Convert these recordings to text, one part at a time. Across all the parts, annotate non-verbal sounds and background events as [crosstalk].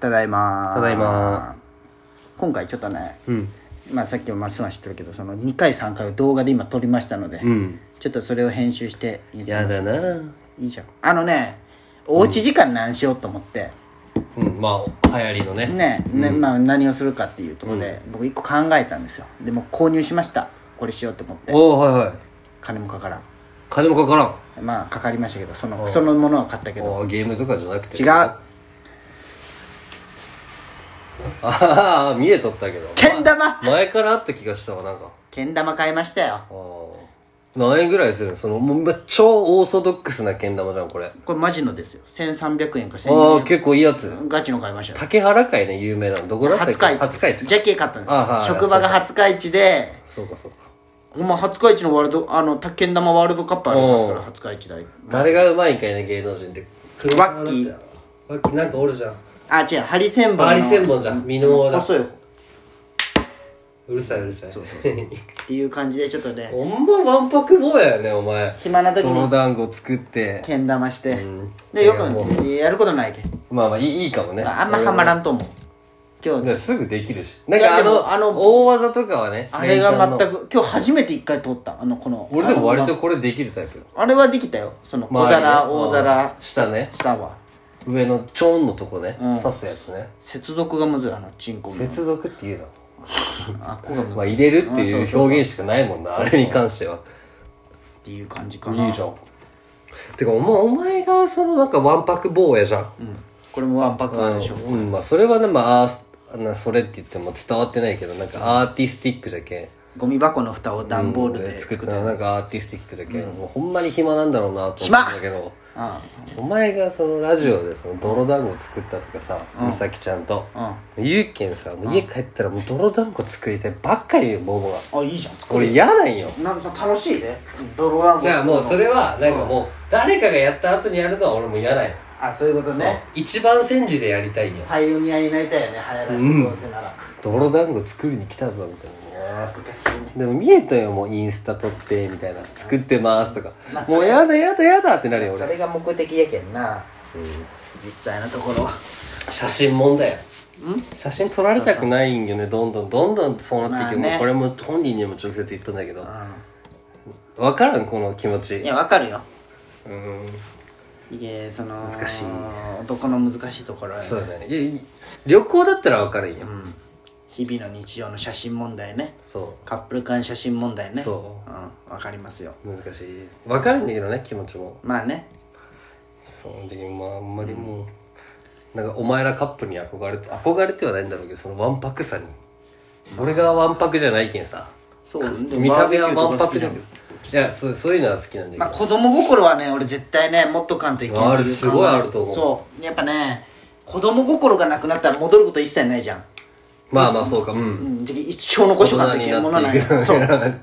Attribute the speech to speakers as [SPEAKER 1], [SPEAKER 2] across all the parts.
[SPEAKER 1] ただいまー
[SPEAKER 2] ただいま
[SPEAKER 1] 今回ちょっとね、
[SPEAKER 2] うん
[SPEAKER 1] まあ、さっきもまっすぐは知ってるけどその2回3回を動画で今撮りましたので、
[SPEAKER 2] ん
[SPEAKER 1] ちょっとそれを編集してインスタ
[SPEAKER 2] や
[SPEAKER 1] に
[SPEAKER 2] だなうん
[SPEAKER 1] いいじゃんあのねおうち時間何しようと思って、
[SPEAKER 2] まあ流行りのね
[SPEAKER 1] ねね、まあ、何をするかっていうところで、僕1個考えたんですよでも購入しましたこれしようと思って
[SPEAKER 2] おおはいはい
[SPEAKER 1] 金もかからん
[SPEAKER 2] 金もかからん
[SPEAKER 1] まあかかりましたけどそのそのものは買ったけど
[SPEAKER 2] おーゲームとかじゃなくて
[SPEAKER 1] 違う
[SPEAKER 2] ああ見えとったけど
[SPEAKER 1] けん玉
[SPEAKER 2] 前からあった気がしたわなんか
[SPEAKER 1] けん玉買いましたよ
[SPEAKER 2] あー何円ぐらいするのそのもうめっちゃ超オーソドックスなけん玉じゃんこれあ
[SPEAKER 1] これマジのですよ1300円か
[SPEAKER 2] あ
[SPEAKER 1] 1200
[SPEAKER 2] 結構いいやつ
[SPEAKER 1] 円ガチの買いましたよ
[SPEAKER 2] 竹原会ね有名なのどこだったっけ
[SPEAKER 1] 廿日市
[SPEAKER 2] 廿日市
[SPEAKER 1] ジャッキー買ったんですよ
[SPEAKER 2] あはい
[SPEAKER 1] 職場が廿日市で
[SPEAKER 2] そうかそうか
[SPEAKER 1] ほんま廿日市のワールドあのたけん玉ワールドカップありますから廿日市大
[SPEAKER 2] 誰がうまいんかいね芸能人で
[SPEAKER 1] ワッキー
[SPEAKER 2] ワッキーなんかおるじゃん
[SPEAKER 1] あ違うハリセンボンの
[SPEAKER 2] バリ千本じゃん箕面じゃん
[SPEAKER 1] 細い方っ
[SPEAKER 2] うるさいうるさいそうそう
[SPEAKER 1] ていう感じでちょっとね
[SPEAKER 2] ほんまわんぱく坊やよねお前
[SPEAKER 1] 暇な時
[SPEAKER 2] 泥
[SPEAKER 1] に
[SPEAKER 2] 団子作って
[SPEAKER 1] けん玉して
[SPEAKER 2] ん
[SPEAKER 1] でよ
[SPEAKER 2] いやも
[SPEAKER 1] くやることないけん
[SPEAKER 2] まあまあいいいいかもね
[SPEAKER 1] あんまハマらんと思う今日
[SPEAKER 2] ねすぐできるしなんか
[SPEAKER 1] い
[SPEAKER 2] あ
[SPEAKER 1] やでも
[SPEAKER 2] の
[SPEAKER 1] あの
[SPEAKER 2] 大技とかはね
[SPEAKER 1] あれ
[SPEAKER 2] レイちゃん
[SPEAKER 1] が
[SPEAKER 2] の
[SPEAKER 1] 全く今日初めて一回通ったあのこの
[SPEAKER 2] 俺でも割
[SPEAKER 1] あ
[SPEAKER 2] と
[SPEAKER 1] の
[SPEAKER 2] これできるタイプ
[SPEAKER 1] あれはできたよその小
[SPEAKER 2] 周りね
[SPEAKER 1] 皿大
[SPEAKER 2] あ
[SPEAKER 1] 皿
[SPEAKER 2] ー下ね
[SPEAKER 1] 下は
[SPEAKER 2] 上のちょんのとこね刺すやつね
[SPEAKER 1] 接続がむずいあのチンコの
[SPEAKER 2] 接続っていうの
[SPEAKER 1] あっこがむずい
[SPEAKER 2] まあ入れるっていう表現しかないもんなあれに関しては
[SPEAKER 1] っていう感じかな
[SPEAKER 2] ゃんてかお前お前がそのなんかわんぱく坊やじゃん
[SPEAKER 1] これもワンパックなんでしょ
[SPEAKER 2] うん、まあそれはねまああーなそれって言っても伝わってないけどなんかアーティスティックじゃけん
[SPEAKER 1] ゴミ箱の蓋を段ボールで作
[SPEAKER 2] 作っ
[SPEAKER 1] ったたうん
[SPEAKER 2] なんかアーティスティックだけ、もうほんまに暇なんだろうなと思ったんだけどお前がそのラジオでその泥団子作ったとかさ、美咲ちゃんと、ゆうけんさもう家帰ったらもう泥団子作りたいばっかりよボボが
[SPEAKER 1] あいいじゃん作
[SPEAKER 2] 俺嫌なんよ
[SPEAKER 1] なんか楽しいね泥団子
[SPEAKER 2] じゃあもうそ
[SPEAKER 1] れ
[SPEAKER 2] れはなんかもう誰かがやった後にやるのは俺も嫌なんよ
[SPEAKER 1] あそういうことね
[SPEAKER 2] 一番戦時でやりたいんよ
[SPEAKER 1] パイオニアになりたいよね流行らせてどうせなら
[SPEAKER 2] 泥団子作りに来たぞみたいなね
[SPEAKER 1] 恥ずかしいね
[SPEAKER 2] でも見えたよもうインスタ撮ってみたいな作ってますとか、もうやだやだやだってなるよ
[SPEAKER 1] そ
[SPEAKER 2] 俺
[SPEAKER 1] れが目的やけんな実際のところ
[SPEAKER 2] 写真問題や写真撮られたくないんよねどんどんどんどんそうなってき
[SPEAKER 1] ま
[SPEAKER 2] て、
[SPEAKER 1] あね
[SPEAKER 2] もうこれも本人にも直接言ったんだけど、わ分からんこの気持ち
[SPEAKER 1] いやわかるよ
[SPEAKER 2] うん
[SPEAKER 1] いやその
[SPEAKER 2] 難しい
[SPEAKER 1] 男の難しいところやね
[SPEAKER 2] そうだねいやい旅行だったら分かるんよ、
[SPEAKER 1] うん日々の日常の写真問題ね
[SPEAKER 2] そ
[SPEAKER 1] カップル間写真問題
[SPEAKER 2] う
[SPEAKER 1] ね
[SPEAKER 2] そ
[SPEAKER 1] うんわかりますよ
[SPEAKER 2] う難しい分かるんだけどね気持ちも
[SPEAKER 1] まあね
[SPEAKER 2] そうでまああんまりもう、なんかお前らカップルに憧れて憧れてはないんだろうけどそのわんぱくさに俺がわんぱくじゃないけんさ
[SPEAKER 1] そうでも
[SPEAKER 2] 見た目はわんぱくじゃ
[SPEAKER 1] バーベキューとか好きじゃん
[SPEAKER 2] んいやそうそういうのは好きなんだけど、
[SPEAKER 1] まあ子供心はね俺絶対ね持っとかんといけない
[SPEAKER 2] あるすごいあると思う
[SPEAKER 1] そうやっぱね子供心がなくなったら戻ること一切ないじゃん
[SPEAKER 2] まあまあそうかうん
[SPEAKER 1] うん、じゃあ一生残しとかんといけないものなんや
[SPEAKER 2] 大人になっていく
[SPEAKER 1] そうやっぱい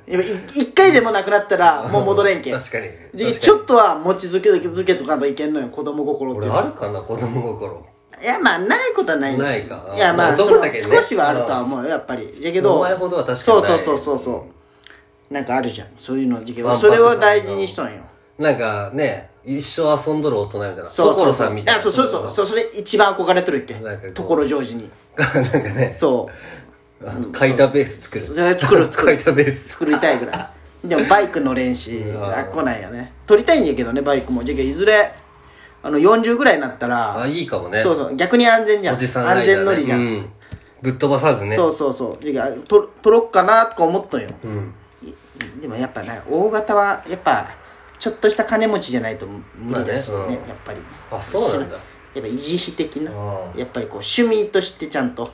[SPEAKER 1] 一回でもなくなった
[SPEAKER 2] [laughs]
[SPEAKER 1] らもう戻れんけん
[SPEAKER 2] 確かに
[SPEAKER 1] じゃあ
[SPEAKER 2] 確
[SPEAKER 1] ち
[SPEAKER 2] かに
[SPEAKER 1] ょっとは持ち続け続けとかんといけんのよ子供心っていう
[SPEAKER 2] 俺
[SPEAKER 1] のは
[SPEAKER 2] あるかな子供心
[SPEAKER 1] いやまあないことはない
[SPEAKER 2] ないか
[SPEAKER 1] いやまあ
[SPEAKER 2] 男
[SPEAKER 1] その
[SPEAKER 2] だけどね
[SPEAKER 1] 少しはあるとは思うよやっぱりじゃけど
[SPEAKER 2] お前ほどは確かにない
[SPEAKER 1] そうそうそうそうそうなんかあるじゃんそういうの時期
[SPEAKER 2] わ
[SPEAKER 1] は
[SPEAKER 2] んぱ
[SPEAKER 1] そ
[SPEAKER 2] くさ
[SPEAKER 1] れ
[SPEAKER 2] んの
[SPEAKER 1] を大事にしとんよ
[SPEAKER 2] なんかね一生遊んどる大人みたいな
[SPEAKER 1] そうそう
[SPEAKER 2] 所さんみたいな
[SPEAKER 1] あそうそうそうそうそれ一番憧れとるっけ
[SPEAKER 2] なんかこう
[SPEAKER 1] 所ジョー
[SPEAKER 2] [laughs]
[SPEAKER 1] ジに
[SPEAKER 2] なんかね
[SPEAKER 1] そ
[SPEAKER 2] あの書いたベース作る
[SPEAKER 1] それ作る作
[SPEAKER 2] 書いたベ
[SPEAKER 1] う
[SPEAKER 2] ース
[SPEAKER 1] 作りたいぐらいでもバイク乗れんしあ来ないよね撮りたいんやけどねバイクもじゃけどいずれあの40ぐらいになったら
[SPEAKER 2] あいいかもね
[SPEAKER 1] そうそう逆に安全じゃん
[SPEAKER 2] おじさん
[SPEAKER 1] 安全乗りじゃん、
[SPEAKER 2] うぶっ飛ばさずね
[SPEAKER 1] そうそうそうじゃあと取ろっかなとか思っとんよ、
[SPEAKER 2] ん
[SPEAKER 1] いでもやっぱね大型はやっぱちょっとした金持ちじゃないと無理だしね,、
[SPEAKER 2] まあねうん
[SPEAKER 1] やっぱり
[SPEAKER 2] あそうなんだ
[SPEAKER 1] やっぱ維持費的な
[SPEAKER 2] あ
[SPEAKER 1] やっぱりこう趣味としてちゃんと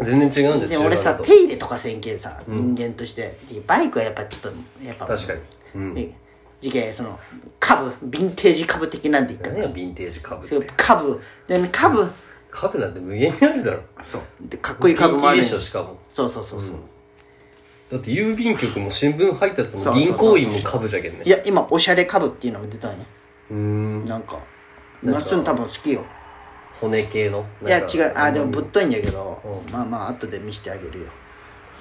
[SPEAKER 2] 全然違うんじ
[SPEAKER 1] で
[SPEAKER 2] ゃん
[SPEAKER 1] も俺さ
[SPEAKER 2] 中
[SPEAKER 1] 手入れとかせんけんさ、人間としてバイクはやっぱちょっとやっぱ
[SPEAKER 2] 華だと確かにうん
[SPEAKER 1] に事件その株ヴィンテージ株的なんでいいか
[SPEAKER 2] 何がヴィンテージ株っ
[SPEAKER 1] そ
[SPEAKER 2] て
[SPEAKER 1] う株で株
[SPEAKER 2] 株なんて無限にあるだろ
[SPEAKER 1] そうでかっこいい株もあ
[SPEAKER 2] ピン
[SPEAKER 1] る
[SPEAKER 2] キリで
[SPEAKER 1] ん
[SPEAKER 2] し
[SPEAKER 1] よ
[SPEAKER 2] ょしかも
[SPEAKER 1] そうそうそうそう、
[SPEAKER 2] だって郵便局も新聞配達
[SPEAKER 1] そうそうそ
[SPEAKER 2] も
[SPEAKER 1] う
[SPEAKER 2] 銀行員も株じゃけんね
[SPEAKER 1] いや今おしゃれ株っていうのが出たんや
[SPEAKER 2] うーん
[SPEAKER 1] なんかまっすぐ多分好きよ
[SPEAKER 2] 骨系の
[SPEAKER 1] いや
[SPEAKER 2] なんか
[SPEAKER 1] 違うあでもぶっといんだけどまあまあ後で見してあげるよ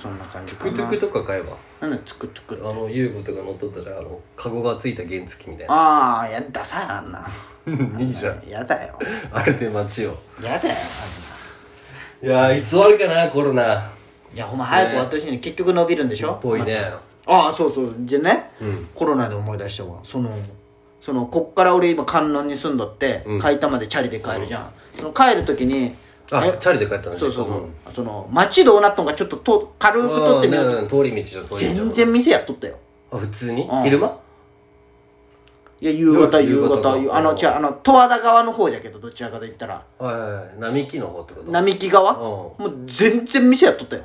[SPEAKER 1] そんな感じ
[SPEAKER 2] トゥ
[SPEAKER 1] か
[SPEAKER 2] クトゥクとか買えば
[SPEAKER 1] ななんだつくつく
[SPEAKER 2] あの優子とか乗っとったじゃんあのカゴがついた原付みたいな
[SPEAKER 1] ああやダサいあんな [laughs]
[SPEAKER 2] いいじゃん
[SPEAKER 1] やだよ
[SPEAKER 2] あれで街を
[SPEAKER 1] やだよあんな
[SPEAKER 2] いやーいつ終わるかなコロナ
[SPEAKER 1] いやほんま早く終わってほしいのに結局伸びるんでしょ
[SPEAKER 2] ぽいね
[SPEAKER 1] ああそうそうじゃあね、コロナで思い出したわそのそのこっから俺今観音に住んどって買い玉でチャリで帰るじゃん、その帰る時に
[SPEAKER 2] あ
[SPEAKER 1] え
[SPEAKER 2] チャリで帰ったんです
[SPEAKER 1] そう
[SPEAKER 2] よ
[SPEAKER 1] そう、その街どうなっとんかちょっとと軽く撮ってみよう
[SPEAKER 2] うん通り道じゃ通り道
[SPEAKER 1] 全然店やっとったよ
[SPEAKER 2] あ普通に昼間
[SPEAKER 1] いや夕方
[SPEAKER 2] 夕
[SPEAKER 1] 夕
[SPEAKER 2] 方
[SPEAKER 1] 方夕あの違うあの十和田側の方じゃけどどちらかと言ったら
[SPEAKER 2] はいはいはい並木の方ってこと
[SPEAKER 1] 並木側もう全然店やっとったよ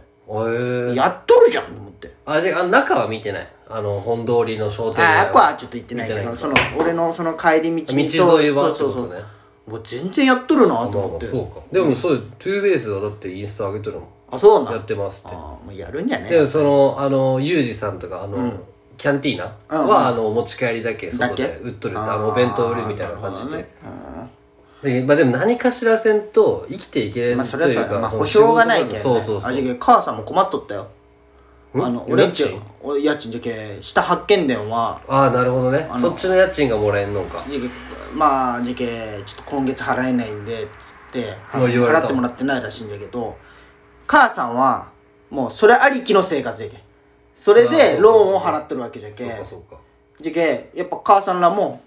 [SPEAKER 2] へえ
[SPEAKER 1] やっとるじゃんと思って
[SPEAKER 2] あじゃああ中は見てないあの本通りの商店
[SPEAKER 1] ああ
[SPEAKER 2] 街
[SPEAKER 1] っこはちょっと行ってないけ
[SPEAKER 2] 見てな
[SPEAKER 1] ど
[SPEAKER 2] い
[SPEAKER 1] その俺のその帰り道に
[SPEAKER 2] 道沿いはって
[SPEAKER 1] そ
[SPEAKER 2] こ
[SPEAKER 1] うそ
[SPEAKER 2] と
[SPEAKER 1] うそう
[SPEAKER 2] ね
[SPEAKER 1] もう全然やっとるなと
[SPEAKER 2] まあま
[SPEAKER 1] 思っ
[SPEAKER 2] あ
[SPEAKER 1] て
[SPEAKER 2] そうかでもそうトゥーフェイスはだってインスタ上げてるもん
[SPEAKER 1] あそうな
[SPEAKER 2] や
[SPEAKER 1] ん
[SPEAKER 2] ってます
[SPEAKER 1] あ
[SPEAKER 2] って
[SPEAKER 1] もうやるんじゃね
[SPEAKER 2] でそのあのユージさんとかあの、キャンティーナは、あのお持ち帰りだけ外で
[SPEAKER 1] だけ
[SPEAKER 2] 売っとるってあのお弁当売るみたいな感じで、でまあ、でも何かしらせんと生きていけれる
[SPEAKER 1] まあ
[SPEAKER 2] と
[SPEAKER 1] それは
[SPEAKER 2] いう
[SPEAKER 1] そう
[SPEAKER 2] か、
[SPEAKER 1] やまあ
[SPEAKER 2] そ
[SPEAKER 1] 保
[SPEAKER 2] の
[SPEAKER 1] 証がないけんね
[SPEAKER 2] 仕事がそうそうそ
[SPEAKER 1] あ
[SPEAKER 2] う
[SPEAKER 1] じゃけ母さんも困っとったよ
[SPEAKER 2] ん
[SPEAKER 1] あの俺っ
[SPEAKER 2] 家
[SPEAKER 1] ち
[SPEAKER 2] 賃
[SPEAKER 1] 俺家賃じゃけした発見伝は
[SPEAKER 2] ああなるほどねそっちの家賃がもらえんのか
[SPEAKER 1] じゃけまあじゃけちょっと今月払えないんでっつって
[SPEAKER 2] そう言われた
[SPEAKER 1] 払ってもらってないらしいんだけど母さんはもうそれありきの生活やけんそれ
[SPEAKER 2] ああそう
[SPEAKER 1] で
[SPEAKER 2] か
[SPEAKER 1] ローンを払ってるわけじゃけ
[SPEAKER 2] そうんかそうか
[SPEAKER 1] じゃけやっぱ母さんらも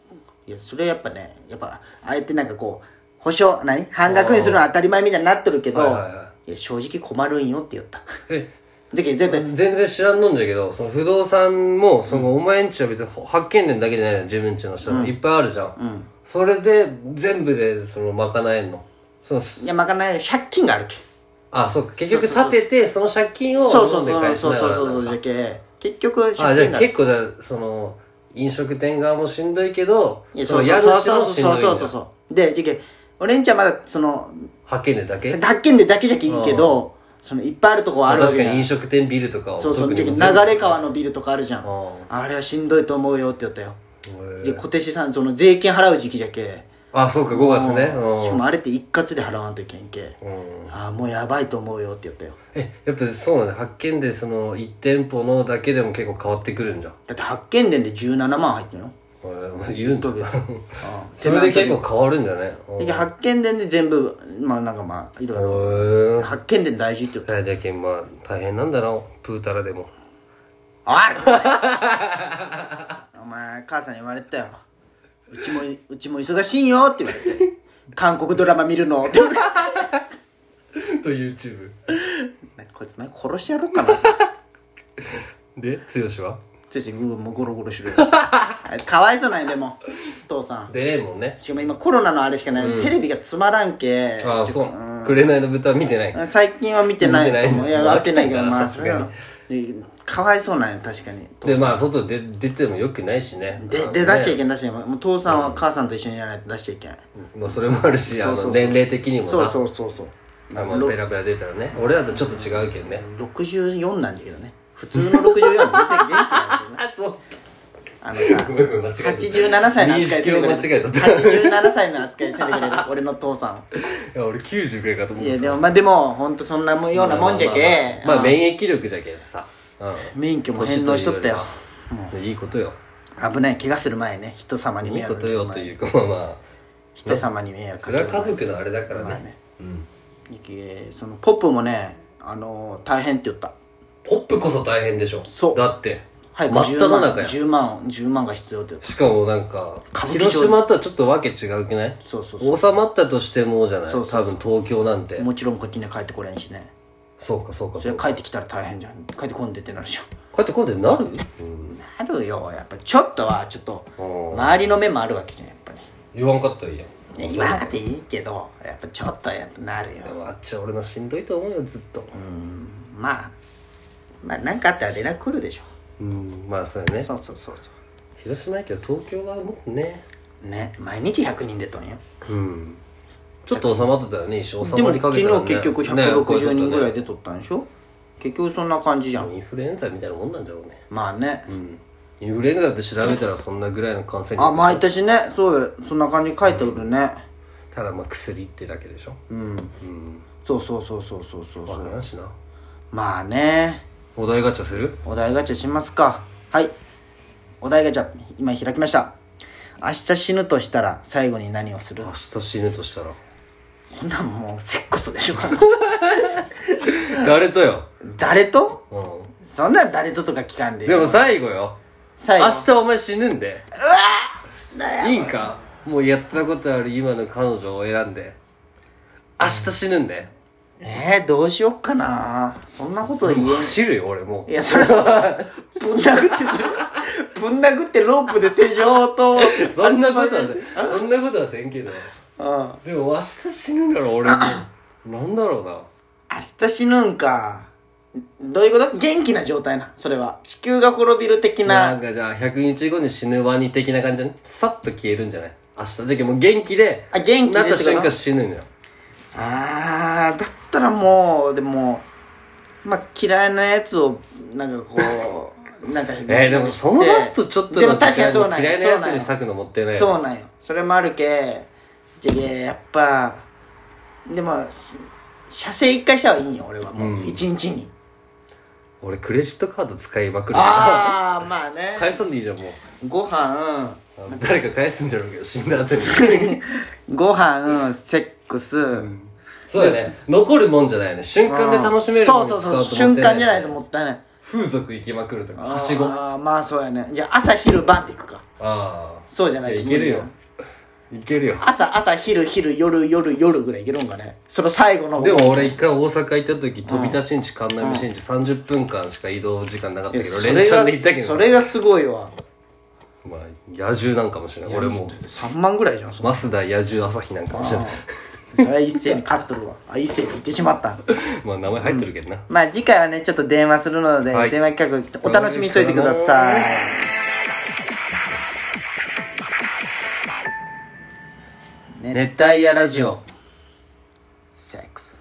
[SPEAKER 1] いやそれやっぱねやっぱあえてなんかこう保証何半額にするのは当たり前みたいになっとるけど、
[SPEAKER 2] はいいはいは
[SPEAKER 1] や正直困るんよって言った [laughs]
[SPEAKER 2] え
[SPEAKER 1] じゃけ絶対
[SPEAKER 2] 全然知らんのんじゃけどその不動産もそのお前んちは別に発見伝だけじゃないの自分ちの下の、いっぱいあるじゃん、それで全部でその賄えんのその
[SPEAKER 1] いやまかない借金があるけん
[SPEAKER 2] あそうか結局建ててその借金を
[SPEAKER 1] そう
[SPEAKER 2] 日
[SPEAKER 1] そ
[SPEAKER 2] 本
[SPEAKER 1] う
[SPEAKER 2] で
[SPEAKER 1] そう
[SPEAKER 2] 返し
[SPEAKER 1] そう
[SPEAKER 2] な
[SPEAKER 1] そ
[SPEAKER 2] が
[SPEAKER 1] う
[SPEAKER 2] ら
[SPEAKER 1] そう
[SPEAKER 2] なんだ
[SPEAKER 1] じゃけ結局
[SPEAKER 2] あ
[SPEAKER 1] 借
[SPEAKER 2] じゃ
[SPEAKER 1] 金
[SPEAKER 2] あ
[SPEAKER 1] がある
[SPEAKER 2] 結構じゃあその飲食店側もしんどいけど
[SPEAKER 1] いや
[SPEAKER 2] その家主もしんどい
[SPEAKER 1] そう
[SPEAKER 2] ん
[SPEAKER 1] そうそうそう
[SPEAKER 2] だ
[SPEAKER 1] そうでじゃけ俺んちはまだその
[SPEAKER 2] 派遣でだけ
[SPEAKER 1] 発見でだけじゃけいいけどそのいっぱいあるとこはあるわけ
[SPEAKER 2] 確
[SPEAKER 1] じ
[SPEAKER 2] か
[SPEAKER 1] ゃん
[SPEAKER 2] に飲食店ビルとかを
[SPEAKER 1] そうそう
[SPEAKER 2] 特
[SPEAKER 1] じ
[SPEAKER 2] に
[SPEAKER 1] ゃけ
[SPEAKER 2] も
[SPEAKER 1] 流
[SPEAKER 2] 全部
[SPEAKER 1] れ川のビルとかあるじゃん
[SPEAKER 2] ん
[SPEAKER 1] あれはしんどいと思うよって言ったよ
[SPEAKER 2] へ
[SPEAKER 1] で小手氏さんその税金払う時期じゃけ
[SPEAKER 2] あそうか5月ね
[SPEAKER 1] しか
[SPEAKER 2] うん
[SPEAKER 1] もあれって一括で払わんといけんけああもうやばいと思うよって言ったよ
[SPEAKER 2] えやっぱそうなんだ発見でその1店舗のだけでも結構変わってくるんじゃん
[SPEAKER 1] だって発見伝で17万入ってんよ
[SPEAKER 2] へえ言うんだ [laughs]
[SPEAKER 1] 月
[SPEAKER 2] それで結構変わるんじゃねうんへ
[SPEAKER 1] で発見伝で全部まあなんかまあいろいろ
[SPEAKER 2] え
[SPEAKER 1] 発見伝大事って言った
[SPEAKER 2] はいじゃけんまあ大変なんだなプータラでも [laughs]
[SPEAKER 1] おいお前母さんに言われてたようちもうちも忙しいよって言われて韓国ドラマ見るのって [laughs] 言われて
[SPEAKER 2] と YouTube
[SPEAKER 1] こいつ前殺してやろうかな
[SPEAKER 2] で剛は
[SPEAKER 1] ついついグーもゴロゴロしてる [laughs] かわいそうないでも父さん
[SPEAKER 2] 出れんもんね
[SPEAKER 1] しかも今コロナのあれしかない、テレビがつまらんけ
[SPEAKER 2] ああそう紅の豚見てない
[SPEAKER 1] 最近は見てないと思う
[SPEAKER 2] 見
[SPEAKER 1] い
[SPEAKER 2] てない
[SPEAKER 1] や合ってないけど
[SPEAKER 2] まあ
[SPEAKER 1] まあ
[SPEAKER 2] さ
[SPEAKER 1] そ
[SPEAKER 2] す
[SPEAKER 1] れ
[SPEAKER 2] がに
[SPEAKER 1] はうんかわいそうなんや確かに
[SPEAKER 2] でまあ外で出てもよくないしね
[SPEAKER 1] でで出しちゃいけん出しちゃいけんもう父さんは母さんと一緒にやらないと出しちゃいけん
[SPEAKER 2] まあそれもあるしあの年齢的にも
[SPEAKER 1] そう
[SPEAKER 2] さ
[SPEAKER 1] そうそうそう
[SPEAKER 2] あのペラペラ出たらね俺らとちょっと違うけどね
[SPEAKER 1] 64なんだけどね普通の64は全然元気なんだ
[SPEAKER 2] あそう
[SPEAKER 1] けどあのさ
[SPEAKER 2] ごめんごめん間 [laughs] 違えた
[SPEAKER 1] 87歳の扱いする
[SPEAKER 2] 認識を間違え
[SPEAKER 1] れ
[SPEAKER 2] た
[SPEAKER 1] る87歳の扱いするぐらい俺の父さんを
[SPEAKER 2] いや俺90くらいかと思っ
[SPEAKER 1] い
[SPEAKER 2] た
[SPEAKER 1] やでもまあでも本当そんなもんようなもんじゃけ
[SPEAKER 2] まあまあまあまあ免疫力じゃけんさうん
[SPEAKER 1] 免許も返納しとったよ
[SPEAKER 2] いいことよ
[SPEAKER 1] 危ない怪我する前ね人様に
[SPEAKER 2] いい
[SPEAKER 1] 迷
[SPEAKER 2] こ
[SPEAKER 1] 惑
[SPEAKER 2] とよというかまあまあ
[SPEAKER 1] 人様に迷惑
[SPEAKER 2] そ
[SPEAKER 1] か
[SPEAKER 2] れ
[SPEAKER 1] け
[SPEAKER 2] は家族のあれだからね
[SPEAKER 1] るそのポップもねあのー大変って言った
[SPEAKER 2] ポップこそ大変でしょ
[SPEAKER 1] そう
[SPEAKER 2] だって
[SPEAKER 1] 早く
[SPEAKER 2] 真っ只
[SPEAKER 1] 10万
[SPEAKER 2] 中や
[SPEAKER 1] 10万10万が必要って言った
[SPEAKER 2] しかもなんか
[SPEAKER 1] 歌舞伎町
[SPEAKER 2] 広島とはちょっとわけ違うくない
[SPEAKER 1] そうそう
[SPEAKER 2] 収まったとしてもじゃない
[SPEAKER 1] そうそう
[SPEAKER 2] 多分東京なんて
[SPEAKER 1] もちろんこっちには帰ってこれんしね
[SPEAKER 2] そうかそうか
[SPEAKER 1] そ
[SPEAKER 2] そう
[SPEAKER 1] れ
[SPEAKER 2] か
[SPEAKER 1] 帰ってきたら大変じゃん帰ってこんでってなるじゃん
[SPEAKER 2] こうやって今度なる
[SPEAKER 1] なるよやっぱりちょっとはちょっと周りの目もあるわけじゃんやっぱり
[SPEAKER 2] 言わんかったらいいやん
[SPEAKER 1] ね言わなくていいけどやっぱちょっとはやっぱなるよ
[SPEAKER 2] でもあっちは俺のしんどいと思うよずっと
[SPEAKER 1] まあまあ何かあったら連絡来るでしょ
[SPEAKER 2] うんまあそうやね
[SPEAKER 1] そうそうそうそう
[SPEAKER 2] 広島やけど東京がもっとね
[SPEAKER 1] ね毎日100人出とんよ
[SPEAKER 2] うんちょっと収まってたよね一瞬収
[SPEAKER 1] で
[SPEAKER 2] ま
[SPEAKER 1] も
[SPEAKER 2] りか
[SPEAKER 1] 昨
[SPEAKER 2] け
[SPEAKER 1] 日
[SPEAKER 2] たらね
[SPEAKER 1] 結局
[SPEAKER 2] ねこういうこ
[SPEAKER 1] 160
[SPEAKER 2] と
[SPEAKER 1] 人ぐら
[SPEAKER 2] ね
[SPEAKER 1] い出とったんでしょ、結局そんな感じじゃん
[SPEAKER 2] インフルエンザみたいなもんなんじゃろうね
[SPEAKER 1] まあね、
[SPEAKER 2] うんインフルエンザって調べたらそんなぐらいの感染
[SPEAKER 1] あ
[SPEAKER 2] 力
[SPEAKER 1] 毎年ねそうだよそんな感じ書いておるね、
[SPEAKER 2] ただまあ薬ってだけでしょ
[SPEAKER 1] そうそうそうそうそうそうそう
[SPEAKER 2] わからんしな
[SPEAKER 1] まあね
[SPEAKER 2] お題ガチャする
[SPEAKER 1] お題ガチャしますかはいお題ガチャ今開きました明日死ぬとしたら最後に何をする
[SPEAKER 2] 明日死ぬとしたら
[SPEAKER 1] こんなんもうセックスでしょ [laughs]
[SPEAKER 2] 誰とよ。
[SPEAKER 1] 誰と
[SPEAKER 2] う
[SPEAKER 1] そんなん誰ととか聞かんで
[SPEAKER 2] ん。でも最後よ。
[SPEAKER 1] 最後
[SPEAKER 2] 明日お前死ぬんで。いいんかもうやったことある今の彼女を選んで。明日死ぬんで。
[SPEAKER 1] えー、どうしよっかなそんなこと言えん
[SPEAKER 2] 走るよ、俺も
[SPEAKER 1] いやそれ
[SPEAKER 2] [laughs]
[SPEAKER 1] さぶん殴ってするぶん殴ってロープで手錠と
[SPEAKER 2] う。そんなことはせん、そんなことはせんけど。
[SPEAKER 1] うん明
[SPEAKER 2] でも明日死ぬんだろ、俺も。なんだろうな。
[SPEAKER 1] 日死ぬんかどういうこと元気な状態なそれは地球が滅びる的
[SPEAKER 2] な
[SPEAKER 1] なん
[SPEAKER 2] かじゃあ、100日後に死ぬワニ的な感じじゃないさっと消えるんじゃない明日だけもう元気で、
[SPEAKER 1] あ元気で
[SPEAKER 2] なった瞬
[SPEAKER 1] ってこと
[SPEAKER 2] 間死ぬのよ。
[SPEAKER 1] あーだったらもうでもまあ嫌いなやつをなんかこうなんか
[SPEAKER 2] えー、でもそのラストちょっと
[SPEAKER 1] で
[SPEAKER 2] の
[SPEAKER 1] も確かにそうなんよ
[SPEAKER 2] 嫌いなや
[SPEAKER 1] そ
[SPEAKER 2] つに
[SPEAKER 1] うなんよ
[SPEAKER 2] 咲くの持ってない
[SPEAKER 1] そうなんよそれもあるけじゃけやっぱでもす射精一回したはいいんよ俺はもう一、日に
[SPEAKER 2] 俺クレジットカード使いまくる
[SPEAKER 1] ああまあ [laughs] ね
[SPEAKER 2] 返さんでいいじゃんもう
[SPEAKER 1] ご飯 [laughs]
[SPEAKER 2] あ誰か返すんじゃろうけど死んだ後に
[SPEAKER 1] ご飯セックス、
[SPEAKER 2] そうだね残るもんじゃないよね瞬間で楽しめる
[SPEAKER 1] そ
[SPEAKER 2] も
[SPEAKER 1] う
[SPEAKER 2] の
[SPEAKER 1] そ
[SPEAKER 2] を
[SPEAKER 1] う
[SPEAKER 2] 使
[SPEAKER 1] そうう瞬
[SPEAKER 2] と思って
[SPEAKER 1] 間じゃない
[SPEAKER 2] い
[SPEAKER 1] ともったいない
[SPEAKER 2] 風俗行きまくるとかはしごあ
[SPEAKER 1] ああまあそうやねじゃあ朝昼晩でいくか
[SPEAKER 2] あ
[SPEAKER 1] そうじゃない
[SPEAKER 2] い
[SPEAKER 1] と
[SPEAKER 2] やいける
[SPEAKER 1] 無
[SPEAKER 2] よ
[SPEAKER 1] 理
[SPEAKER 2] いけるよ
[SPEAKER 1] 朝朝昼昼夜夜夜ぐらいいけるんかねその最後の
[SPEAKER 2] でも俺一回大阪行った時飛び出しんち神並新地30分間しか移動時間なかったけど
[SPEAKER 1] それ
[SPEAKER 2] 連チャ
[SPEAKER 1] が
[SPEAKER 2] ンで行ったけ
[SPEAKER 1] そ
[SPEAKER 2] ど
[SPEAKER 1] れがすごいわ
[SPEAKER 2] まあ野獣なんかもしれない俺も
[SPEAKER 1] 3万ぐらいじゃんそ,、
[SPEAKER 2] 増田野獣朝日なんかもしれない
[SPEAKER 1] それは一斉に勝っとるわあ一斉に行ってしまった
[SPEAKER 2] [laughs] まあ名前入ってるけどな
[SPEAKER 1] まあ次回はねちょっと電話するので、
[SPEAKER 2] はい
[SPEAKER 1] 電話企画お楽しみにしといてください
[SPEAKER 2] 熱帯夜ラジオ
[SPEAKER 1] セックス